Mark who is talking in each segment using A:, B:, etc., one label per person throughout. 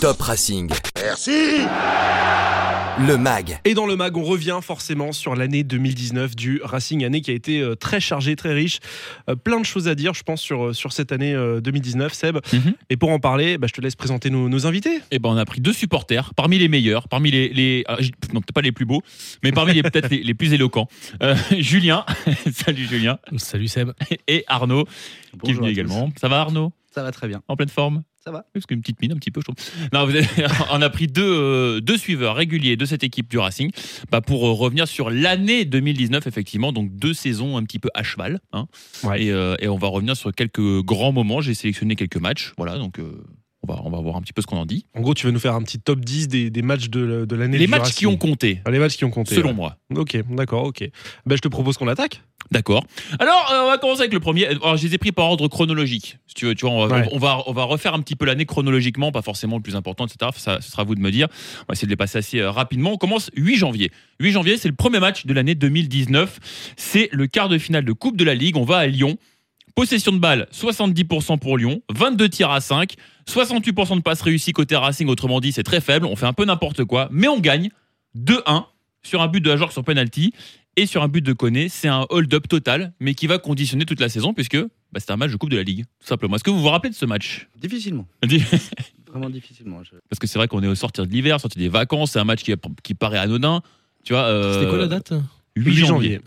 A: Top Racing,
B: Merci
A: le MAG,
C: Et dans le mag, on revient forcément sur l'année 2019 du Racing, année qui a été euh, très chargée, très riche. Euh, plein de choses à dire, je pense, sur, sur cette année euh, 2019, Seb.
D: Mhm.
C: Et pour en parler, bah, je te laisse présenter nos, nos invités.
D: Eh ben, on a pris deux supporters, parmi les meilleurs, parmi les, les ah, j- non peut-être pas les plus beaux, mais parmi les peut-être les, les plus éloquents. Euh, Julien, salut Julien,
E: Salut Seb.
D: et Arnaud qui est
F: Bonjour
D: venu
F: à
D: également. Ça va Arnaud
F: tous. Ça va très bien.
D: En pleine forme
F: Ça va.
D: Parce qu'une petite mine un petit peu, je trouve. Non, vous avez- on a pris deux, euh, deux suiveurs réguliers de cette équipe du Racing bah, pour euh, revenir sur l'année 2019, effectivement, donc deux saisons un petit peu à cheval. hein.
C: Ouais.
D: et, euh, et on va revenir sur quelques grands moments. J'ai sélectionné quelques matchs, voilà, donc euh, on, va, on va voir un petit peu ce qu'on en dit.
C: En gros, tu vas nous faire un petit top 10 des, des matchs de, de l'année
D: Les
C: du
D: matchs
C: Racing.
D: qui ont compté,
C: Ah, Les matchs qui ont compté.
D: selon
C: ouais.
D: moi.
C: Ok, d'accord, ok. Bah, je te propose qu'on attaque.
D: D'accord. Alors, euh, on va commencer avec le premier. Alors, je les ai pris par ordre chronologique. Si tu veux, tu vois, on va,
C: Ouais.
D: on va, on va refaire un petit peu l'année chronologiquement, pas forcément le plus important, etc. Ça, ce sera à vous de me dire. On va essayer de les passer assez euh, rapidement. On commence 8 janvier. 8 janvier, c'est le premier match de l'année 2019. C'est le quart de finale de Coupe de la Ligue. On va à Lyon. Possession de balle, 70% pour Lyon, 22 tirs à 5, 68% de passes réussies côté Racing, autrement dit, c'est très faible, on fait un peu n'importe quoi, mais on gagne 2-1 sur un but de Ajor sur penalty et sur un but de Koné. C'est un hold-up total, mais qui va conditionner toute la saison, puisque bah, c'est un match de Coupe de la Ligue, tout simplement. Est-ce que vous vous rappelez de ce match
F: Difficilement.
D: Dis-
F: Vraiment difficilement. Je-
D: Parce que c'est vrai qu'on est au sortir de l'hiver, sortir des vacances, c'est un match qui, qui paraît anodin. Tu vois, euh,
E: C'était quoi la date
D: 8 janvier.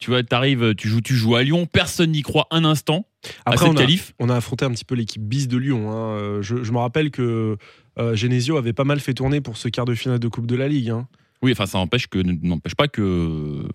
D: Tu vois, t'arrives, euh, tu joues, tu joues à Lyon, personne n'y croit un instant.
C: Après,
D: à
C: on
D: Ah, cette
C: a,
D: qualif.
C: on a affronté un petit peu l'équipe bis de Lyon. hein. Euh, Je, je me rappelle que euh, Genesio avait pas mal fait tourner pour ce quart de finale de Coupe de la Ligue. hein.
D: Oui, enfin, ça n'empêche que n'empêche pas que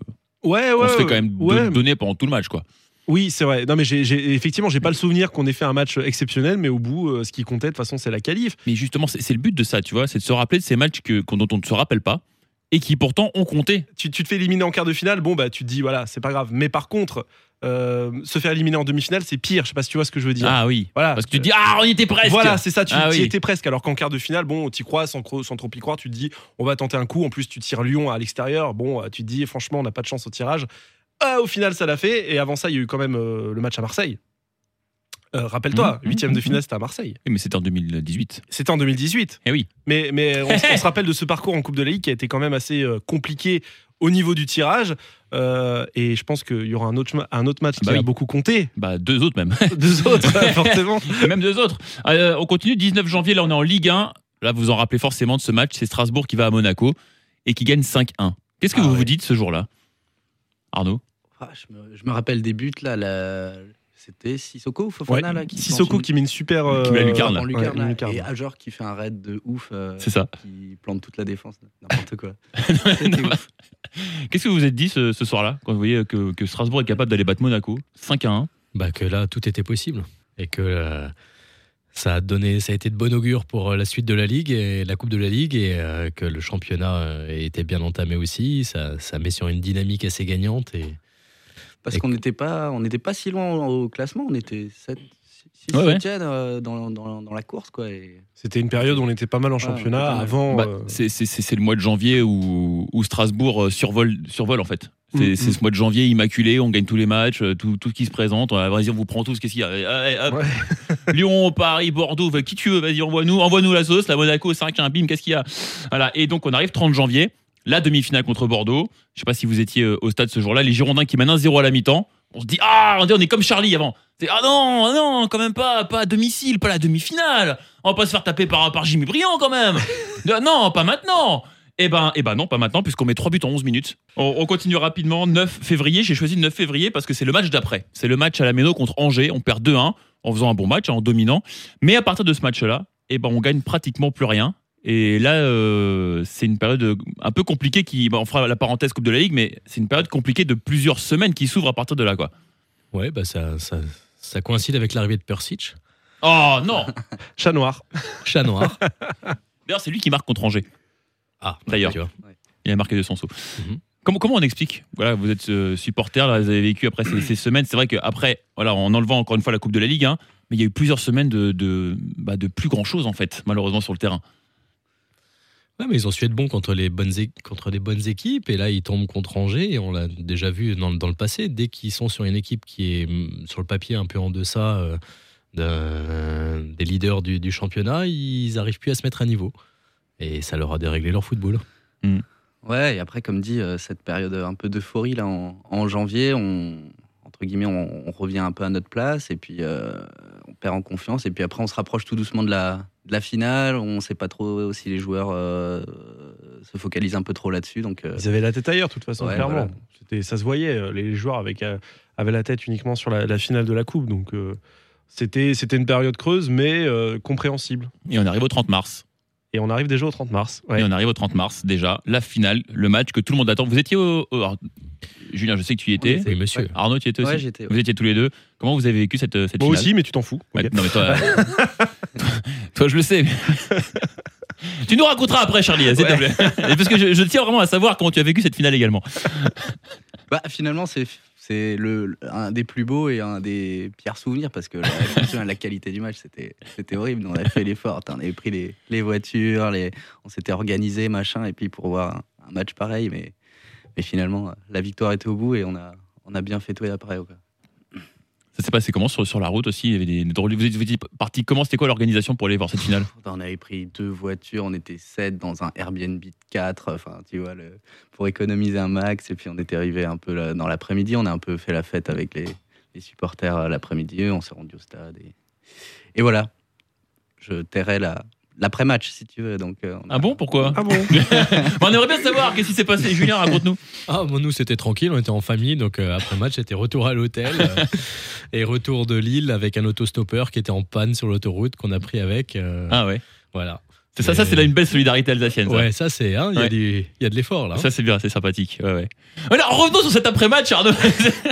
C: Ouais, ouais.
D: on se fait
C: ouais.
D: quand même don-
C: Ouais,
D: donner pendant tout le match, quoi.
C: Oui, c'est vrai. Non, mais j'ai, j'ai- effectivement, j'ai pas le souvenir qu'on ait fait un match exceptionnel, mais au bout, euh, ce qui comptait, de toute façon, c'est la qualif.
D: Mais justement, c'est c'est le but de ça, tu vois, c'est de se rappeler de ces matchs que, qu'on- dont on ne se rappelle pas et qui pourtant ont compté.
C: Tu, tu te fais éliminer en quart de finale, bon, bah, tu te dis, voilà, c'est pas grave. Mais par contre, euh, se faire éliminer en demi-finale, c'est pire. Je sais pas si tu vois ce que je veux dire.
D: Ah oui.
C: voilà.
D: Parce que tu te dis, ah, on y était presque.
C: euh, Voilà, c'est ça, tu
D: Ah
C: t'y
D: oui.
C: étais presque. Alors qu'en quart de finale, bon, t'y crois sans, cro- sans trop y croire, tu te dis, on va tenter un coup. En plus, tu tires Lyon à l'extérieur. Bon, euh, tu te dis, franchement, on n'a pas de chance au tirage. Ah, au final, ça l'a fait. Et avant ça, il y a eu quand même euh, le match à Marseille. Euh, rappelle-toi,
D: Mhm,
C: huitième de
D: mhm,
C: finale, c'était à Marseille.
D: Oui, Mais c'était en 2018.
C: C'était en 2018.
D: Eh oui.
C: Mais, mais on, se- on se rappelle de ce parcours en Coupe de la Ligue qui a été quand même assez euh, compliqué au niveau du tirage. Euh, et je pense qu'il y aura un autre, ma- un autre match
D: Bah
C: qui a
D: oui.
C: beaucoup compté.
D: Bah, deux autres même.
C: Deux autres, euh, forcément.
D: Et même deux autres. Euh, on continue, 19 janvier, là, on est en Ligue 1. Là, vous vous en rappelez forcément de ce match. C'est Strasbourg qui va à Monaco et qui gagne 5-1. Qu'est-ce que
C: Ah
D: vous vous
C: ouais.
D: dites ce jour-là Arnaud
F: Ah, je, me, je me rappelle des buts là. la- C'était Sissoko ou Fofana
C: Ouais,
F: là qui
C: Sissoko
F: plante
C: qui met une super.
D: Qui met la
C: euh,
D: lucarne, là.
F: en
C: ouais,
F: lucarne,
C: une
F: là,
C: lucarne.
F: et Ajor qui fait un raid de ouf euh,
D: C'est ça.
F: qui plante toute la défense n'importe quoi
D: Non,
F: C'était
D: bah,
F: ouf.
D: Qu'est-ce que vous vous êtes dit ce, ce soir-là quand vous voyez que, que Strasbourg est capable d'aller battre Monaco 5-1
E: Bah que là tout était possible et que euh, ça a donné, ça a été de bon augure pour euh, la suite de la ligue et la coupe de la ligue et euh, que le championnat euh, était bien entamé aussi. Ça, ça met sur une dynamique assez gagnante et
F: parce
E: Et-
F: qu'on n'était pas on n'était pas si loin au, au classement on était 7 6
D: Ouais, ouais.
F: euh, dans, dans- dans la course quoi et
C: C'était une période où on était pas mal en
F: Ouais,
C: championnat
F: on était pas mal.
C: avant.
D: Bah,
C: euh,
D: c'est- C'est c'est- c'est le mois de janvier où, où Strasbourg euh, survole, survole en fait. C'est
C: Mm,
D: c'est
C: mm.
D: ce mois de janvier immaculé, on gagne tous les matchs, euh, tout, tout ce qui se présente. Euh, Vas-y, on vous prend tous, qu'est-ce qu'il y a Allez, hop. Lyon, Paris, Bordeaux, va- qui tu veux, vas-y, envoie-nous, envoie-nous la sauce, la Monaco, 5-1, bim, qu'est-ce qu'il y a Voilà, et donc on arrive 30 janvier, la demi-finale contre Bordeaux. Je sais pas si vous étiez euh, au stade ce jour-là, les Girondins qui mènent 1-0 à la mi-temps. On se dit, ah, on dit, on est comme Charlie avant. C'est, ah non, ah non, quand même pas, pas à domicile, pas la demi-finale. On va pas se faire taper par, par Jimmy Briand quand même. Ah non, pas maintenant. Eh ben, eh ben non, pas maintenant, puisqu'on met 3 buts en 11 minutes. On, on continue rapidement. 9 février, j'ai choisi le 9 février parce que c'est le match d'après. C'est le match à la Méno contre Angers. On perd 2-1 en faisant un bon match, hein, en dominant. Mais à partir de ce match-là, eh ben, on gagne pratiquement plus rien. Et là, euh, c'est une période un peu compliquée qui, bah, on fera la parenthèse Coupe de la Ligue, mais c'est une période compliquée de plusieurs semaines qui s'ouvre à partir de là, quoi.
E: ouais bah ça, ça, ça coïncide avec l'arrivée de Persic,
D: Oh non
C: Chat noir.
D: euh,
E: chat noir.
D: D'ailleurs, c'est lui qui marque contre Angers.
E: Ah
D: D'ailleurs.
E: tu vois.
D: Il a marqué de son saut.
E: Mhm.
D: Comment, comment on explique Voilà, vous êtes euh, supporter, là, vous avez vécu après ces, ces semaines. C'est vrai qu'après, voilà, en enlevant encore une fois la Coupe de la Ligue, hein, mais il y a eu plusieurs semaines de, de, bah, de plus grand chose en fait, malheureusement sur le terrain.
E: Ouais, mais ils ont su être bons contre les bonnes é- contre des bonnes équipes et là ils tombent contre Angers et on l'a déjà vu dans, le- dans le passé dès qu'ils sont sur une équipe qui est mm, sur le papier un peu en deçà euh, d'un- des leaders du, du championnat, ils arrivent plus à se mettre à niveau. Et ça leur a déréglé leur football.
F: Ouais, et après, comme dit, euh, cette période un peu d'euphorie, là, en, en janvier, on, entre guillemets, on, on revient un peu à notre place, et puis euh, on perd en confiance, et puis après, on se rapproche tout doucement de la, de la finale, on sait pas trop si les joueurs euh, se focalisent un peu trop là-dessus, donc... euh,
C: Ils avaient la tête ailleurs, de toute façon,
F: Ouais,
C: clairement.
F: voilà.
C: C'était, ça se voyait. euh, Les joueurs avec, euh, avaient la tête uniquement sur la, la finale de la Coupe. Donc, euh, c'était, c'était une période creuse, mais euh, compréhensible.
D: Et on arrive au 30 mars.
C: Et on arrive déjà au 30 mars. Ouais.
D: Et on arrive au 30 mars déjà, la finale, le match que tout le monde attend. Vous étiez au. au- alors, Julien, je sais que tu y étais.
E: Oui, monsieur.
D: Arnaud, tu y étais aussi.
F: Ouais, j'étais...
D: Vous étiez tous les deux. Comment vous avez vécu cette, euh, cette
C: Moi
D: finale
C: aussi, mais tu t'en fous.
D: Ouais,
C: Ok.
D: Non, mais toi, toi- toi, je le sais. tu nous raconteras après, Charlie, s'il te plaît. Et Parce que je, je tiens vraiment à savoir comment tu as vécu cette finale également.
F: Bah, finalement, c'est c'est le un des plus beaux et un des pires souvenirs parce que la, la qualité du match c'était c'était horrible Nous, on a fait l'effort Attends, on avait pris les, les voitures les on s'était organisé machin et puis pour voir un, un match pareil mais mais finalement la victoire était au bout et on a on a bien fêté après quoi.
D: Ça s'est passé comment sur, sur la route aussi Il y avait des, des drôles- Vous êtes, vous étiez parti comment C'était quoi l'organisation pour aller voir cette finale
F: on avait pris deux voitures on était sept dans un Airbnb de quatre enfin tu vois le pour économiser un max et puis on était arrivé un peu là- dans l'après-midi on a un peu fait la fête avec les, les supporters euh, l'après-midi on s'est rendu au stade et, et voilà je tairai la l'après-match si tu veux donc euh, on a-
D: Ah bon Pourquoi
C: Ah bon
D: Bon, On aimerait bien savoir qu'est-ce qui s'est passé. Julien, raconte-nous.
E: Ah, bon, nous, c'était tranquille, on était en famille, donc euh, après match, c'était retour à l'hôtel euh, et retour de Lille avec un autostoppeur qui était en panne sur l'autoroute qu'on a pris avec. euh,
D: Ah ouais.
E: Voilà.
D: C'est ça, ça c'est là une belle solidarité alsacienne. Ça.
E: Ouais, ça, c'est. hein, Il y a
D: Ouais.
E: du- il y, a de l'effort, là. hein.
D: Ça c'est bien, c'est sympathique. Ouais, ouais. Alors revenons sur cet après-match, Arnaud.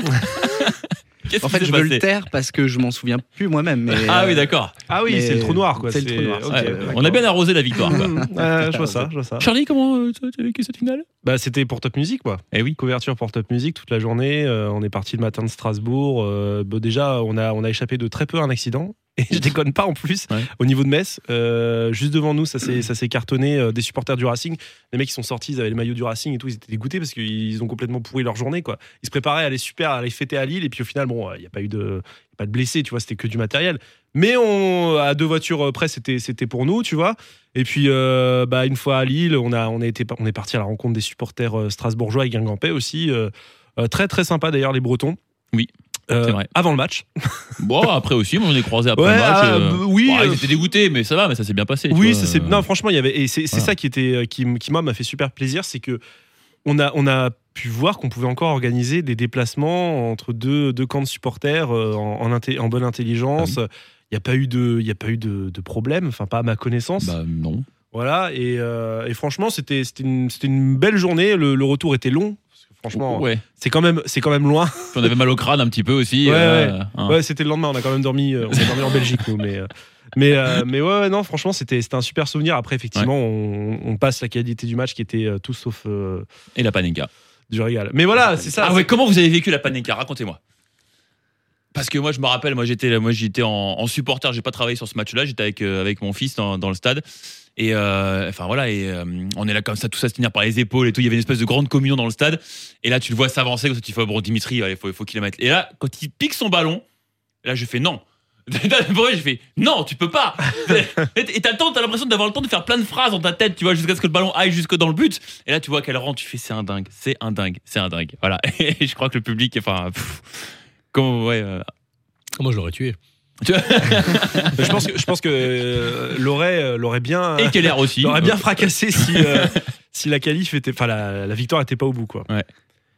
D: Qu'est-ce
F: en
D: qui s'est
F: fait je veux
D: passé
F: le taire parce que je m'en souviens plus moi-même mais,
D: Ah oui,
F: euh,
D: d'accord.
C: Ah oui,
F: Mais
C: c'est le trou noir, quoi.
F: c'est le trou noir,
C: ok,
D: Ouais,
F: euh,
C: d'accord.
D: on a bien arrosé la victoire. quoi.
C: Mmh, ouais, je vois ça, je vois ça.
D: Charlie, comment euh, toi, tu as vécu cette finale
C: Bah, c'était pour Top Music, quoi.
D: Eh oui.
C: Couverture pour Top Music toute la journée. euh, on est parti le matin de Strasbourg. euh, bah, déjà, on a, on a échappé de très peu à un accident. Et je déconne pas en plus,
D: Ouais.
C: au niveau de Metz, euh, juste devant nous, ça s'est ça s'est cartonné euh, des supporters du Racing. Les mecs qui sont sortis, ils avaient le maillot du Racing et tout, ils étaient dégoûtés parce qu'ils ont complètement pourri leur journée. Quoi. Ils se préparaient à aller super, à aller fêter à Lille, et puis au final, bon, euh, il n'y a pas eu de, pas de blessés, tu vois, c'était que du matériel. Mais on, à deux voitures euh, près, c'était c'était pour nous, tu vois. Et puis, euh, bah, une fois à Lille, on, a, on, a été, on est parti à la rencontre des supporters euh, strasbourgeois et guingampais aussi. euh, euh, très, très sympa d'ailleurs, les Bretons.
D: Oui,
C: Euh,
D: c'est vrai.
C: Avant le match.
D: Bon, après aussi, on est croisés après
C: Ouais,
D: le match.
C: ah,
D: euh,
C: bah, oui,
D: bon, ils
C: euh,
D: étaient dégoûtés, mais ça va, mais ça s'est bien passé. tu
C: Oui,
D: vois,
C: ça, c'est
D: euh,
C: non franchement il y avait et c'est c'est
D: voilà.
C: ça qui était euh, qui, m- qui moi m'a fait super plaisir, c'est que on a on a pu voir qu'on pouvait encore organiser des déplacements entre deux, deux camps de supporters euh, en, en inté- en bonne intelligence.
D: Ah
C: Il n'y a pas eu de il y a pas eu de, de problème, enfin pas à ma connaissance.
D: Bah non.
C: Voilà et, euh, et franchement c'était c'était une, c'était une belle journée. Le, le retour était long. parce que Franchement,
D: Ouais.
C: c'est quand même c'est quand même loin.
D: Puis on avait mal au crâne un petit peu aussi.
C: Ouais,
D: euh, hein.
C: Ouais, c'était le lendemain, on a quand même dormi, euh, on a dormi en Belgique, nous, mais. euh, mais, euh, mais ouais, ouais, non, franchement, c'était c'était un super souvenir. Après, effectivement, on, on passe la qualité du match qui était euh, tout sauf euh,
D: Et la Panenka.
C: du régal. Mais voilà, c'est ça.
D: Ah ouais, comment vous avez vécu la Panenka Racontez-moi. Parce que moi, je me rappelle, moi j'étais, moi j'étais en, en supporter. J'ai pas travaillé sur ce match-là. J'étais avec euh, avec mon fils dans, dans le stade. Et euh, enfin voilà, et euh, on est là comme ça, tout ça se tenir par les épaules et tout. Il y avait une espèce de grande communion dans le stade. Et là, tu le vois s'avancer comme ça. Tu fais bon, Dimitri, il faut, faut qu'il la mette. Et là, quand il pique son ballon, là, je fais non. Pour vrai, je fais non, tu peux pas. Et t'as le temps, t'as l'impression d'avoir le temps de faire plein de phrases dans ta tête, tu vois, jusqu'à ce que le ballon aille jusque dans le but. Et là, tu vois qu'elle rentre, tu fais c'est un dingue, c'est un dingue, c'est un dingue. Voilà. Et je crois que le public, enfin, pff, comment, ouais. euh,
E: Comment je l'aurais tué
C: Je pense que, je pense que euh, l'aurait euh, l'aurait bien,
D: Et Keller aussi.
C: l'aurait bien fracassé si, euh, si la qualif était, enfin la, la victoire était pas au bout quoi.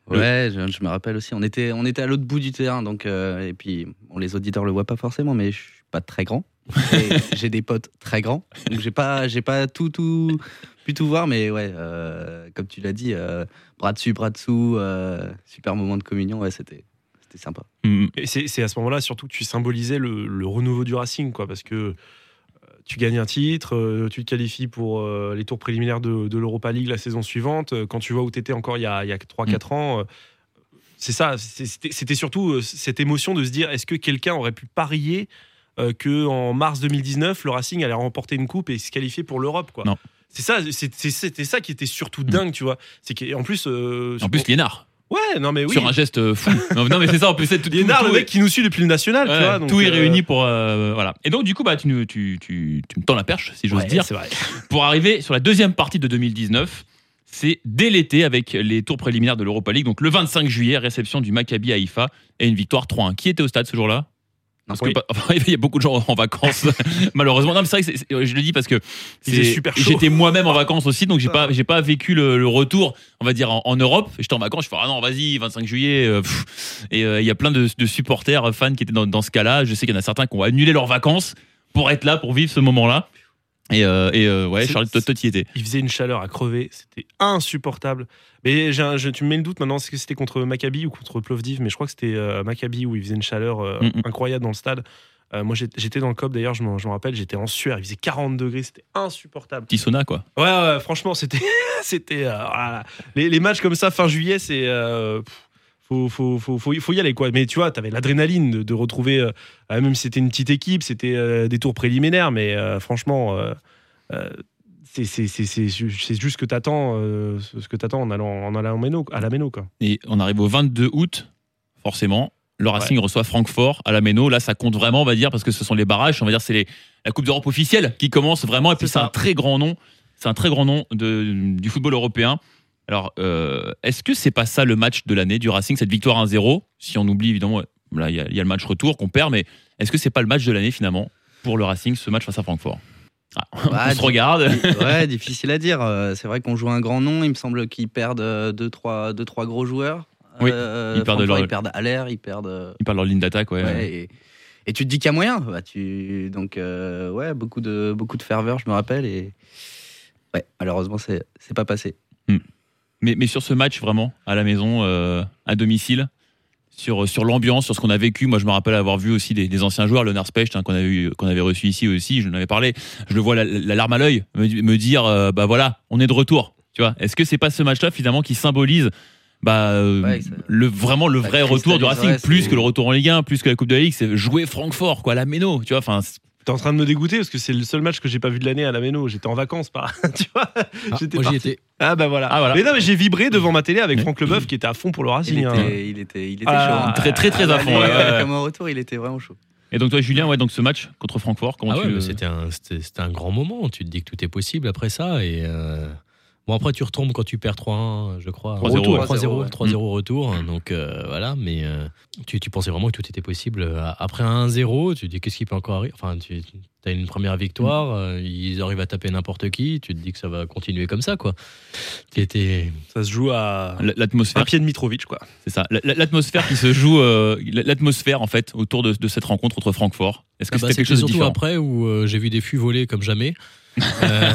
F: Ouais, je, je me rappelle aussi. On était, on était à l'autre bout du terrain, donc euh, et puis bon, les auditeurs le voient pas forcément, mais je suis pas très grand. Et j'ai des potes très grands, donc j'ai pas, j'ai pas tout, tout pu tout voir, mais ouais, euh, comme tu l'as dit, euh, bras dessus, bras dessous, euh, super moment de communion. Ouais, c'était, c'était sympa.
D: Hmm.
C: Et c'est c'est à ce moment-là surtout que tu symbolisais le, le renouveau du Racing, quoi, parce que euh, tu gagnes un titre, euh, tu te qualifies pour euh, les tours préliminaires de, de l'Europa League la saison suivante. euh, Quand tu vois où tu étais encore il y a, il y a 3-4
D: Mm.
C: ans, euh, c'est ça, c'est- c'était c'était surtout euh, cette émotion de se dire est-ce que quelqu'un aurait pu parier euh, que en mars 2019, le Racing allait remporter une coupe et se qualifier pour l'Europe, quoi.
D: Non. Mm.
C: C'est ça, c'est- c'est- c'était ça qui était surtout dingue, tu vois. C'est qu'en plus, euh,
D: En plus, Liénard.
C: Ouais, non mais Eh oui.
D: Sur un geste euh, fou. non, non, mais c'est ça, en plus, c'est tout, tout-
C: Liénard,
D: tout
C: le
D: est-
C: mec qui nous suit depuis le national,
D: ouais,
C: tu vois. donc,
D: tout est
C: euh,
D: réuni pour euh, voilà. Et donc du coup bah tu, nous- tu, tu, tu me tends la perche si j'ose
C: ouais,
D: dire
C: C'est vrai.
D: pour arriver sur la deuxième partie de 2019. C'est dès l'été avec les tours préliminaires de l'Europa League. Donc le 25 juillet, réception du Maccabi Haïfa et une victoire 3-1. Qui était au stade ce jour-là parce que
C: Oui.
D: pas- enfin, il y a beaucoup de gens en vacances, malheureusement. Non, mais c'est vrai que c'est- c'est- je le dis parce que
C: Il
D: c'est-
C: faisait super chaud. Ah.
D: J'étais moi-même en vacances aussi, donc j'ai pas, j'ai pas vécu le, le retour, on va dire, en, en Europe. J'étais en vacances, je fais ah non, vas-y, 25 juillet. euh, pff. Et euh, il y a plein de, de supporters, euh, fans qui étaient dans, dans ce cas-là. Je sais qu'il y en a certains qui ont annulé leurs vacances pour être là, pour vivre ce moment-là. Et, euh, et, euh, ouais,
C: C'est-
D: Charles, toi, toi, t'y étais.
C: Il faisait une chaleur à crever, c'était insupportable. Mais j'ai un- je- tu me mets le doute maintenant, est-ce que c'était contre Maccabi ou contre Plovdiv Mais je crois que c'était euh, Maccabi où il faisait une chaleur euh,
D: Mm, mm.
C: incroyable dans le stade. Euh, moi j'ai- j'étais dans le COP d'ailleurs, je m'en je m'en rappelle, j'étais en sueur, il faisait 40 degrés, c'était insupportable.
D: Petit sauna, quoi.
C: Ouais, ouais, franchement, c'était. c'était euh, voilà. les, les matchs comme ça, fin juillet, c'est. euh, pff, faut, faut, faut, faut, y- faut y aller, quoi. Mais tu vois, t'avais l'adrénaline de, de retrouver. euh, euh, même si c'était une petite équipe, c'était euh, des tours préliminaires, mais euh, franchement. euh, euh, c'est c'est- c'est- c'est ju- c'est juste ce que t'attends euh, ce que t'attends en allant en allant au méno- à la méno quoi
D: Et on arrive au 22 août, forcément. Le Racing reçoit Francfort à la Méno. Là, ça compte vraiment, on va dire, parce que ce sont les barrages. On va dire, c'est les- la Coupe d'Europe officielle qui commence vraiment. Et puis,
C: C'est
D: c'est
C: ça.
D: un très grand nom. C'est un très grand nom de- du football européen. Alors, euh, est-ce que c'est pas ça le match de l'année du Racing, cette victoire 1-0 Si on oublie, évidemment, là, il y, a- il y a le match retour qu'on perd, mais est-ce que c'est pas le match de l'année, finalement, pour le Racing, ce match face à Francfort Ah,
F: Bah,
D: On se regarde.
F: ouais, difficile à dire. Euh, C'est vrai qu'on joue un grand nom. Il me semble qu'ils perdent 2-3 deux, trois, deux, trois gros joueurs.
D: Oui,
F: Euh,
D: ils perdent
F: Francfort,
D: leur-
F: Ils perdent Haller, ils perdent. euh,
D: Ils parlent leur ligne d'attaque, ouais.
F: ouais, et, et tu te dis qu'il y a moyen. Bah, tu, donc, euh, ouais, beaucoup de, beaucoup de ferveur, je me rappelle. Et ouais, malheureusement, c'est c'est pas passé.
D: Mais, mais sur ce match, vraiment, à la maison, euh, à domicile, sur, euh, sur l'ambiance, sur ce qu'on a vécu, moi je me rappelle avoir vu aussi des, des anciens joueurs, Leonard Specht, hein, qu'on avait, eu- qu'on avait reçu ici aussi, je lui en avais parlé, je le vois la, la larme à l'œil, me, di- me dire, euh, bah voilà, on est de retour. Tu vois, est-ce que c'est pas ce match-là finalement qui symbolise bah, euh,
F: Ouais, ça-
D: le, vraiment le
F: ça
D: vrai retour du
F: cristalliserait
D: Racing,
F: ce-
D: plus que le retour en Ligue 1, plus que la Coupe de la Ligue, c'est jouer Francfort, quoi, à la Méno, tu vois, enfin, c'est-
C: t'es en train de me dégoûter parce que c'est le seul match que j'ai pas vu de l'année à la méno j'étais en vacances par tu vois
E: Ah,
C: J'étais
E: moi,
C: parti.
E: j'y étais.
C: ah bah voilà.
D: Ah, voilà.
C: mais non mais j'ai vibré devant ma télé avec
D: Mais-
C: Franck Leboeuf qui était à fond pour le
F: Il,
C: Racing hein.
F: était, il était, il était
C: Ah,
F: chaud.
D: très très très à
F: Ah,
D: fond.
F: lui,
D: ouais, ouais, ouais.
F: Comme en retour, il était vraiment chaud.
D: Et donc toi Julien, ouais, donc ce match contre Francfort, comment
E: Ah
D: tu
E: ouais, mais
D: le-
E: c'était un, c'était- c'était un grand moment. Tu te dis que tout est possible après ça. Et euh, bon, après, tu retombes quand tu perds 3-1, je crois.
D: 3-0,
E: Retour,
D: ouais. Mm.
E: 3-0,
F: 3-0,
E: 3-0 retour. Donc euh, voilà, mais euh, tu, tu pensais vraiment que tout était possible. euh, Après un 1-0, tu te dis qu'est-ce qui peut encore arriver Enfin, tu as une première victoire, euh, ils arrivent à taper n'importe qui. Tu te dis que ça va continuer comme ça, quoi. Qui était.
C: ça se joue à
D: L- l'atmosphère
C: un pied de Mitrovic quoi
D: C'est ça. L- l- L'atmosphère qui se joue, euh, l- l'atmosphère en fait autour de, de cette rencontre contre Francfort. Est-ce que
E: Ah bah,
D: c'était quelque chose de
E: surtout
D: différent
E: après où euh, j'ai vu des fûts voler comme jamais. Euh,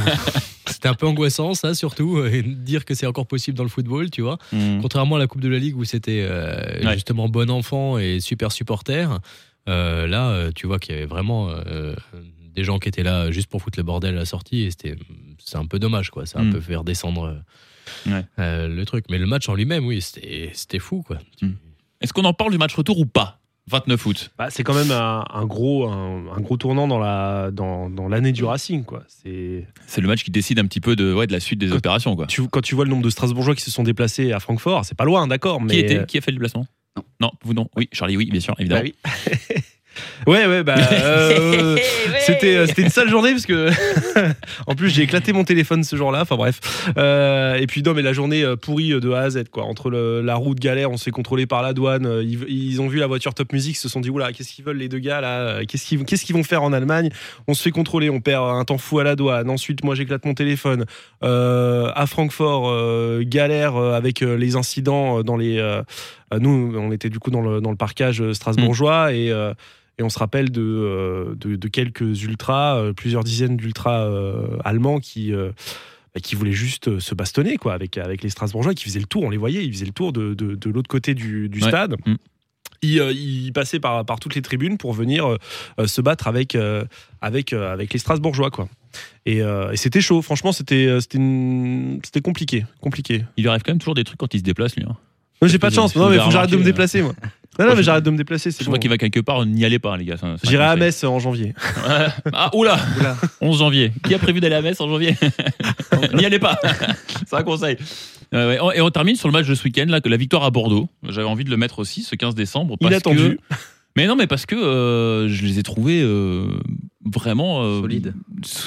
E: C'était un peu angoissant, ça, surtout. euh, Et dire que c'est encore possible dans le football, tu vois.
D: Hmm.
E: Contrairement à la Coupe de la Ligue où c'était euh,
D: Ouais.
E: justement bon enfant et super supporter, euh, là, euh, tu vois qu'il y avait vraiment euh, des gens qui étaient là juste pour foutre le bordel à la sortie et c'était c'est un peu dommage quoi. Ça a un
D: Mm.
E: peu fait redescendre euh,
D: Ouais.
E: euh, le truc. Mais le match en lui-même, oui, c'était c'était fou quoi.
D: Est-ce qu'on en parle du match retour ou pas 29 août.
C: Bah, c'est quand même un, un gros, un, un gros tournant dans la dans, dans l'année du Racing quoi. C'est
D: C'est le match qui décide un petit peu de, ouais, de la suite des
C: Quand-
D: opérations quoi.
C: tu, quand tu vois le nombre de Strasbourgeois qui se sont déplacés à Francfort, c'est pas loin, d'accord, mais euh,
D: Qui était Qui a fait le déplacement
F: Non.
D: vous non. Oui, Charlie, oui, bien sûr,
C: Bah
D: évidemment.
C: oui. ouais ouais bah euh, c'était euh, c'était une sale journée parce que en plus j'ai éclaté mon téléphone ce jour-là. Enfin bref. Euh, et puis non mais la journée euh, pourrie de A à Z quoi. Entre le- la route galère, on s'est contrôlé par la douane. euh, Ils, ils ont vu la voiture Top Music, ils se sont dit oula qu'est-ce qu'ils veulent les deux gars là euh, Qu'est-ce qu'ils qu'est-ce qu'ils vont faire en Allemagne On se fait contrôler, on perd un temps fou à la douane. Ensuite moi j'éclate mon téléphone Euh, à Francfort, euh, galère euh, avec euh, les incidents euh, dans les. euh, euh, nous on était du coup dans le dans le parcage euh, strasbourgeois et euh, et on se rappelle de, euh, de, de quelques ultras, euh, plusieurs dizaines d'ultras euh, allemands qui, euh, bah, qui voulaient juste euh, se bastonner quoi, avec, avec les Strasbourgeois, qui faisaient le tour, on les voyait, ils faisaient le tour de, de, de l'autre côté du, du
D: Ouais.
C: stade.
D: Mm.
C: Ils, euh, ils passaient par, par toutes les tribunes pour venir euh, euh, se battre avec, euh, avec, euh, avec les Strasbourgeois. Quoi. Et, euh, et c'était chaud, franchement, c'était, euh, c'était, une- c'était compliqué. compliqué.
D: Il lui arrive quand même toujours des trucs quand il se déplace lui. hein.
C: Non, j'ai pas de chance,
D: Vous
C: non, mais
D: avez
C: faut que j'arrête de me
D: remarqué, euh,
C: déplacer, moi. Non, non, mais j'arrête de me déplacer, c'est
D: Je vois
C: bon.
D: qu'il va quelque part, n'y allez pas hein, les gars. c'est un- c'est un
C: J'irai à
D: conseil.
C: Metz euh, en janvier.
D: Ah oula,
F: Oula.
D: 11 janvier. Qui a prévu d'aller à Metz en janvier N'y allez pas. C'est un conseil. Ouais, ouais. Oh, Et on termine sur le match de ce week-end, là, que la victoire à Bordeaux. J'avais envie de le mettre aussi, ce 15 décembre. parce
C: Inattendu.
D: que- Mais non, mais parce que euh, je les ai trouvés euh, vraiment. euh,
F: Solide.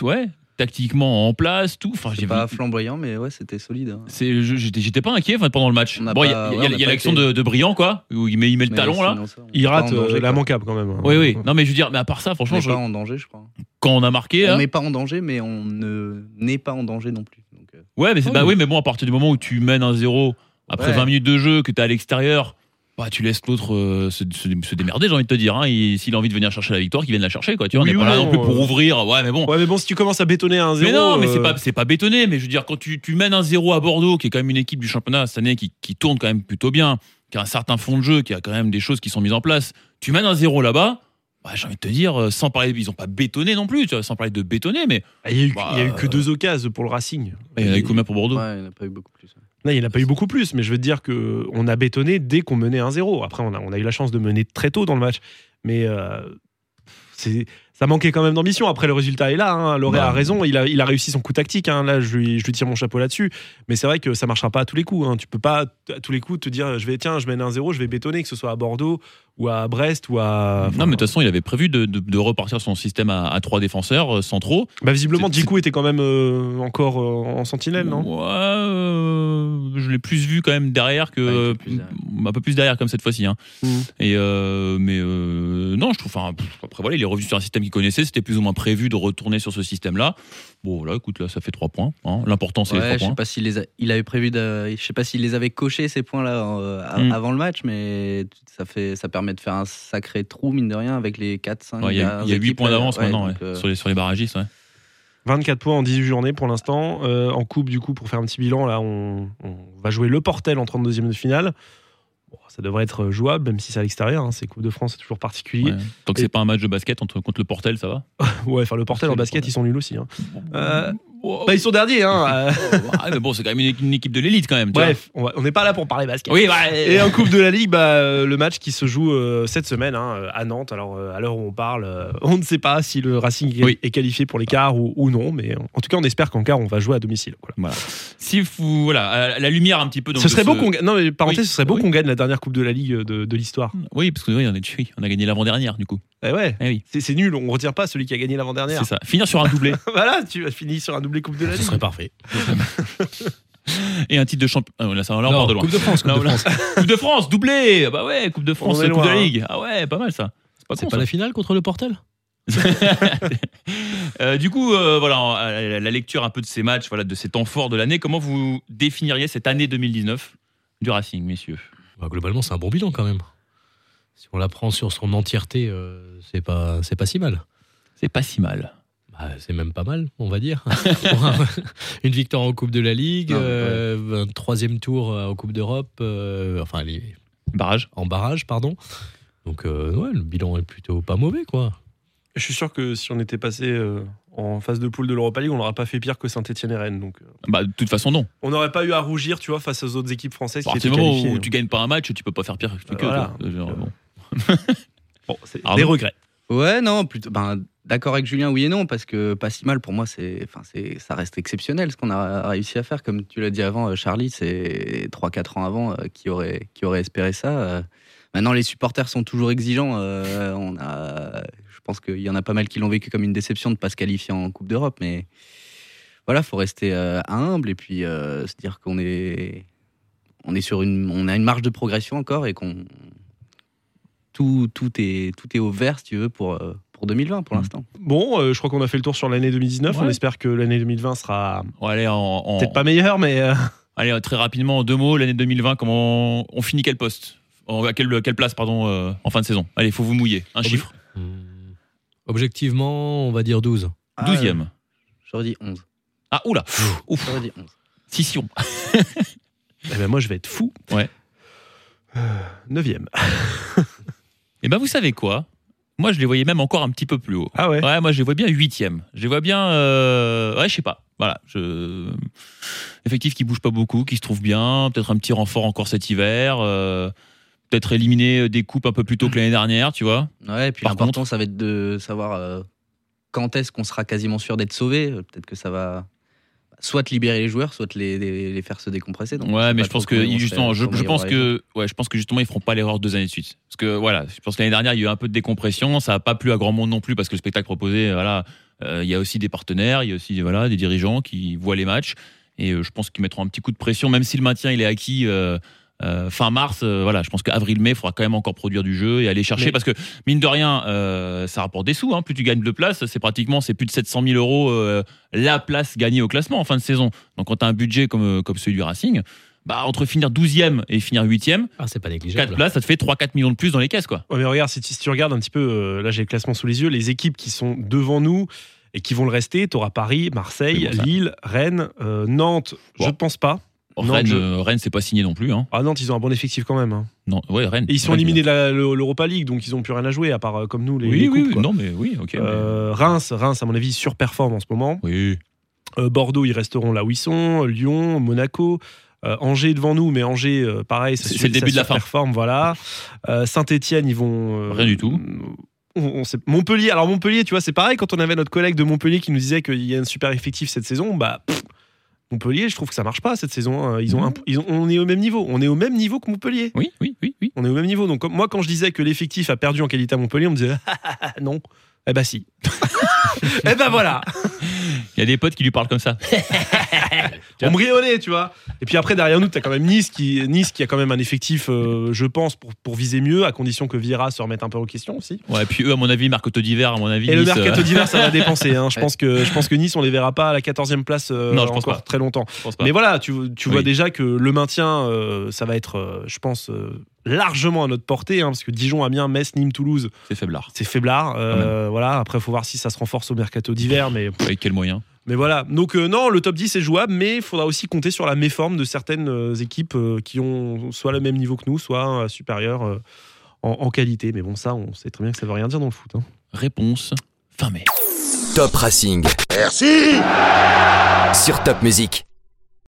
D: Ouais, tactiquement en place, tout. Enfin, j'ai
F: C'est pas
D: vu-
F: flamboyant, mais ouais, c'était solide. hein.
D: c'est- je- J'étais j'étais pas inquiet enfin, pendant le match.
F: On n'a
D: Bon, il y a-
F: pas-
D: il y
F: ouais,
D: a-
F: on
D: il y a
F: n'a pas
D: l'action
F: été-
D: de, de Briand, quoi, où il met, il met le
F: Mais
D: talon, là.
F: sinon, ça, on
C: Il
F: est pas
C: rate
F: en danger,
C: euh, la
F: quoi.
C: manquable quand même.
D: Oui, oui. Non, mais je veux dire, mais à part ça,
F: On
D: franchement,
F: n'est
D: je-
F: pas en danger, je crois.
D: quand on a marqué.
F: on
D: hein,
F: n'est pas en danger, mais on ne n'est pas en danger non plus. Donc, euh,
D: Ouais, mais, c'est-
C: Oui.
D: bah oui, mais bon, à partir du moment où tu mènes un 0 après
F: Ouais.
D: 20 minutes de jeu, que t'es à l'extérieur, bah, tu laisses l'autre euh, se, se- se démerder, j'ai envie de te dire. Hein. Il- S'il a envie de venir chercher la victoire, qu'il vienne la chercher, quoi. Tu vois,
C: Oui
D: on n'est
C: ou
D: pas là
C: non,
D: non plus pour
C: euh.
D: ouvrir. Ouais, mais bon.
C: Ouais, mais bon, si tu commences à bétonner à un euh, 0
D: mais non, mais c'est pas, c'est pas bétonné. Mais je veux dire, quand tu, tu mènes un 0 à Bordeaux, qui est quand même une équipe du championnat cette année qui, qui tourne quand même plutôt bien, qui a un certain fond de jeu, qui a quand même des choses qui sont mises en place, tu mènes un 0 là-bas, bah, j'ai envie de te dire, euh, sans parler, ils ont pas bétonné non plus, tu vois, sans parler de bétonner, mais
C: euh, Il y a eu,
D: Bah,
C: il y a eu que deux occasions pour le Racing.
D: il y en a eu combien pour Bordeaux
F: ouais, il n'y en a pas eu beaucoup plus.
C: Non, il n'y en a pas eu beaucoup plus, mais je veux te dire que on a bétonné dès qu'on menait 1-0. Après, on a, on a eu la chance de mener très tôt dans le match. Mais euh, c'est- ça manquait quand même d'ambition. Après, le résultat est là. Hein. L'Oré
D: Ouais.
C: a raison. Il a, il a réussi son coup tactique. hein. Là, je lui, je lui tire mon chapeau là-dessus. Mais c'est vrai que ça ne marchera pas à tous les coups. Hein. Tu peux pas à tous les coups te dire je vais, tiens, je mène 1-0, je vais bétonner, que ce soit à Bordeaux ou à Brest ou à.
D: non, mais de toute façon, il avait prévu de, de- de repartir son système à, à trois défenseurs euh, centraux.
C: Bah, visiblement,
D: c'est-
C: Djikou était quand même euh, encore euh, en sentinelle, non
D: Ouais, euh, je l'ai plus vu quand même derrière
F: Ouais, il
D: que.
F: était plus derrière.
D: un peu Ah, plus derrière, comme cette fois-ci. hein.
C: Mhm.
D: Et euh, mais euh, non, je trouve. Enfin, pff, après, voilà, il est revenu sur un système qu'il connaissait. C'était plus ou moins prévu de retourner sur ce système-là. Bon, voilà, écoute, là, ça fait trois points. hein. L'important, c'est
F: Ouais,
D: les
F: je
D: trois
F: sais
D: points.
F: pas s'il les a- il avait prévu de, je sais pas s'il les avait cochés ces points-là euh, a-
D: Mm.
F: avant le match, mais ça fait, ça permet de faire un sacré trou mine de rien avec les 4 5
D: Ouais, Il y a, il y a huit points
F: euh,
D: d'avance maintenant ouais, euh, sur les, sur les barragistes. ouais.
C: 24 points en 18 journées pour l'instant. Euh, en coupe, du coup, pour faire un petit bilan, là, on, on va jouer le Portel en 32e de finale. Bon, ça devrait être euh, jouable, même si c'est à l'extérieur. hein. C'est Coupe de France, c'est toujours particulier.
D: Ouais. Tant que
C: Et-
D: c'est pas un match de basket entre, contre le Portel, ça va.
C: Ouais, enfin, le Portel en
D: C'est
C: basket,
D: le
C: ils sont nuls aussi. hein. Euh,
D: Ouais,
C: bah, ils sont derniers. hein. Euh,
D: ouais, mais bon, c'est quand même une, équipe- une équipe de l'élite quand même. tu
C: Bref, on va- on n'est pas là pour parler basket.
D: vois. Oui, ouais.
C: Et en Coupe de la Ligue, bah, euh, le match qui se joue euh, cette semaine hein, euh, à Nantes. Alors, euh, à l'heure où on parle, euh, on ne sait pas si le Racing est-
D: Oui.
C: est qualifié pour les quarts ou, ou non. Mais euh, en tout cas, on espère qu'en quart, on va jouer à domicile. Voilà.
D: Si vous, voilà, à la lumière un petit peu. donc,
C: ce
D: de
C: serait beau qu'on gagne. Non, mais parenthèse,
D: Oui.
C: ce serait beau
D: Oui.
C: qu'on gagne la dernière Coupe de la Ligue de, de l'histoire.
D: Oui, parce que oui, on, est... oui, on a gagné l'avant-dernière du coup.
C: Eh ouais.
D: Eh oui,
C: C'est, c'est nul, on retire pas celui qui a gagné l'avant-dernière.
D: c'est ça. Finir sur un doublé
C: voilà, tu as fini sur un doublé Coupe de la
E: Ce
C: Ligue.
E: serait parfait.
D: et un titre de champion. Ah, là, ça, là, on
E: Non,
D: part de loin.
E: Coupe de France, Coupe
D: Non,
E: de
D: là-
E: France.
D: Coupe de France, doublé. Bah ouais, Coupe de France,
C: On
D: Coupe
C: est
D: de
C: loin,
D: la
C: hein.
D: Ligue. Ah ouais, pas mal ça. C'est pas
E: C'est
D: con,
E: pas
D: ça.
E: la finale contre le Portel
D: Euh, du coup, euh, voilà, en- à la la lecture un peu de ces matchs, voilà, de ces temps forts de l'année. Comment vous définiriez cette année 2019 du Racing, messieurs
E: Bah, Globalement, c'est un bon bilan quand même. Si on la prend sur son entièreté, euh, c'est pas, c'est pas si mal.
D: C'est pas si mal.
E: Bah, c'est même pas mal, on va dire. Une victoire en Coupe de la Ligue,
F: Non, mais
E: euh, un troisième tour euh, en Coupe d'Europe, euh, enfin les-
D: Barrage.
E: en barrage, pardon. Donc euh, ouais, le bilan est plutôt pas mauvais, quoi.
C: Je suis sûr que si on était passé euh, en phase de poule de l'Europa League, on n'aurait pas fait pire que Saint-Etienne et Rennes. Donc, euh,
D: Bah, de toute façon, non.
C: on n'aurait pas eu à rougir, tu vois, face aux autres équipes françaises
D: À
C: qui étaient
D: partir du moment
C: qualifiées.
D: où tu gagnes pas un match, tu peux pas faire pire que.
C: Euh, voilà.
D: toi. Genre, bon.
C: Bon, c'est
D: Pardon.
C: des regrets.
F: Ouais, non, plutôt. Ben, d'accord avec Julien, oui et non, parce que pas si mal pour moi, c'est, enfin, c'est, ça reste exceptionnel ce qu'on a réussi à faire. Comme tu l'as dit avant, euh, Charlie, c'est 3-4 ans avant euh, qui aurait, qui aurait espéré ça. euh. Maintenant, les supporters sont toujours exigeants. euh, on a, je pense qu'il y en a pas mal qui l'ont vécu comme une déception de ne pas se qualifier en Coupe d'Europe, mais voilà, faut rester euh, humble et puis euh, se dire qu'on est, on est sur une, on a une marge de progression encore et qu'on tout, tout, est, tout est au vert, si tu veux, pour, euh, pour 2020, pour
D: Mhm.
F: l'instant.
C: Bon, euh, je crois qu'on a fait le tour sur l'année 2019. On
D: Ouais.
C: espère que l'année 2020 sera
D: Bon, allez, en, en-
C: peut-être pas meilleure, mais euh,
D: Allez, euh, très rapidement, en deux mots, l'année 2020, comment on, on finit quel poste En- À quelle, quelle place, pardon, euh, en fin de saison Allez, faut vous mouiller. Un
E: oui.
D: chiffre.
E: Hum, Objectivement, on va dire 12.
D: Douzième.
F: J'aurais dit 11.
D: Ah, oula Ouf
F: J'aurais dit 11.
D: Scission. Ah,
C: eh ben, moi, je vais être fou.
D: Ouais.
C: Euh, Neuvième.
D: Et ben, vous savez quoi Moi, je les voyais même encore un petit peu plus haut.
C: Ah ouais.
D: Ouais, moi, je les vois bien huitième. Je les vois bien... euh, Ouais, je sais pas. Voilà, je... Effectif qui bouge pas beaucoup, qui se trouve bien, peut-être un petit renfort encore cet hiver, euh, peut-être éliminer des coupes un peu plus tôt que l'année dernière, tu vois
F: Ouais, et puis
D: Par
F: l'important, ça va être de savoir euh, quand est-ce qu'on sera quasiment sûr d'être sauvé. Euh, Peut-être que ça va. soit de libérer les joueurs, soit de les, les- les faire se décompresser. Donc,
D: ouais,
F: sais
D: mais
F: pas
D: je pense
F: trop comment
D: que
F: ils vont
D: justement,
F: faire,
D: je,
F: comment
D: je
F: ils
D: pense
F: vont
D: que ouais, je pense que justement ils feront pas l'erreur deux années de suite. Parce que voilà, je pense que l'année dernière il y a eu un peu de décompression, ça a pas plu à grand monde non plus parce que le spectacle proposé, voilà, euh, il y a aussi des partenaires, il y a aussi voilà des dirigeants qui voient les matchs et euh, je pense qu'ils mettront un petit coup de pression, même si le maintien il est acquis. euh, euh, fin mars, euh, voilà, je pense qu'avril-mai, il faudra quand même encore produire du jeu et aller chercher
C: Mais-
D: parce que mine de rien, euh, ça rapporte des sous. hein. Plus tu gagnes de places, c'est pratiquement c'est plus de 700 000 euros euh, la place gagnée au classement en fin de saison. Donc quand tu as un budget comme, euh, comme celui du Racing, bah, entre finir 12e et finir 8e,
E: Ah, c'est pas
D: 4
E: négligeable.
D: places, ça te fait 3-4 millions de plus dans les caisses. quoi.
C: Ouais, mais regarde, si tu, si tu regardes un petit peu, euh, là j'ai le classement sous les yeux, les équipes qui sont devant nous et qui vont le rester, t'auras Paris, Marseille,
D: Oui, bon, ça-
C: Lille, Rennes, euh, Nantes,
D: Bon.
C: je ne pense pas. Non,
D: Rennes,
C: je-
D: euh, Rennes c'est pas signé non plus. Hein.
C: Ah Nantes, ils ont un bon effectif quand même. hein.
D: Non, ouais, Rennes.
C: Et ils sont
D: Rennes, euh,
C: éliminés de la- le- l'Europa League, donc ils n'ont plus rien à jouer, à part euh, comme nous, les,
D: Oui,
C: les
D: oui,
C: coupes,
D: oui,
C: quoi.
D: non, mais oui, ok. mais-
C: Euh, Reims, Reims, à mon avis, surperforme en ce moment.
D: Oui.
C: Euh, Bordeaux, ils resteront là où ils sont. Lyon, Monaco. euh, Angers devant nous, mais Angers, euh, pareil, ça
D: C'est-
C: su-
D: c'est le début
C: ça
D: de la fin.
C: surperforme, voilà. Saint-Etienne, ils vont. euh,
D: Rien du tout.
C: on- on sait- Montpellier, alors Montpellier, tu vois, c'est pareil. Quand on avait notre collègue de Montpellier qui nous disait qu'il y a un super effectif cette saison, bah. pff, Montpellier, je trouve que ça marche pas cette saison. hein.
D: Mm-hmm.
C: Ils ont, un- ils ont- on est au même niveau. On est au même niveau que Montpellier.
D: oui, oui, oui, oui.
C: On est au même niveau. Donc comme- moi, quand je disais que l'effectif a perdu en qualité à Montpellier, on me disait Ah, ah, ah, non. Eh ben si. eh ben voilà.
D: Il y a des potes qui lui parlent comme ça.
C: Tiens. Embryonné, tu vois. Et puis après, derrière nous, tu as quand même Nice qui, nice qui a quand même un effectif, euh, je pense, pour, pour viser mieux, à condition que Vieira se remette un peu en question aussi.
D: Ouais, puis eux, à mon avis, Marc Otto d'hiver, à mon avis.
C: Et le
D: Nice, euh,
C: mercato d'hiver, ça va dépenser. hein. Je, pense que, je pense que Nice, on les verra pas à la 14e place euh,
D: Non, je pense
C: encore
D: pas.
C: très longtemps.
D: je pense pas.
C: Mais voilà, tu, tu vois
D: Oui.
C: déjà que le maintien, euh, ça va être, euh, je pense, euh, largement à notre portée, hein, parce que Dijon, Amiens, Metz, Nîmes, Toulouse,
D: C'est faiblard.
C: c'est faiblard.
D: Ah,
C: Euh, voilà, après, faut voir si ça se renforce au mercato d'hiver, mais
D: Avec quel moyen
C: Mais voilà, donc euh, non, le top 10 est jouable, mais il faudra aussi compter sur la méforme de certaines euh, équipes euh, qui ont soit le même niveau que nous, soit euh, supérieur euh, en, en qualité. Mais bon, ça, on sait très bien que ça veut rien dire dans le foot. hein.
D: Réponse fin mai.
A: Top Racing. Merci Sur Top Music.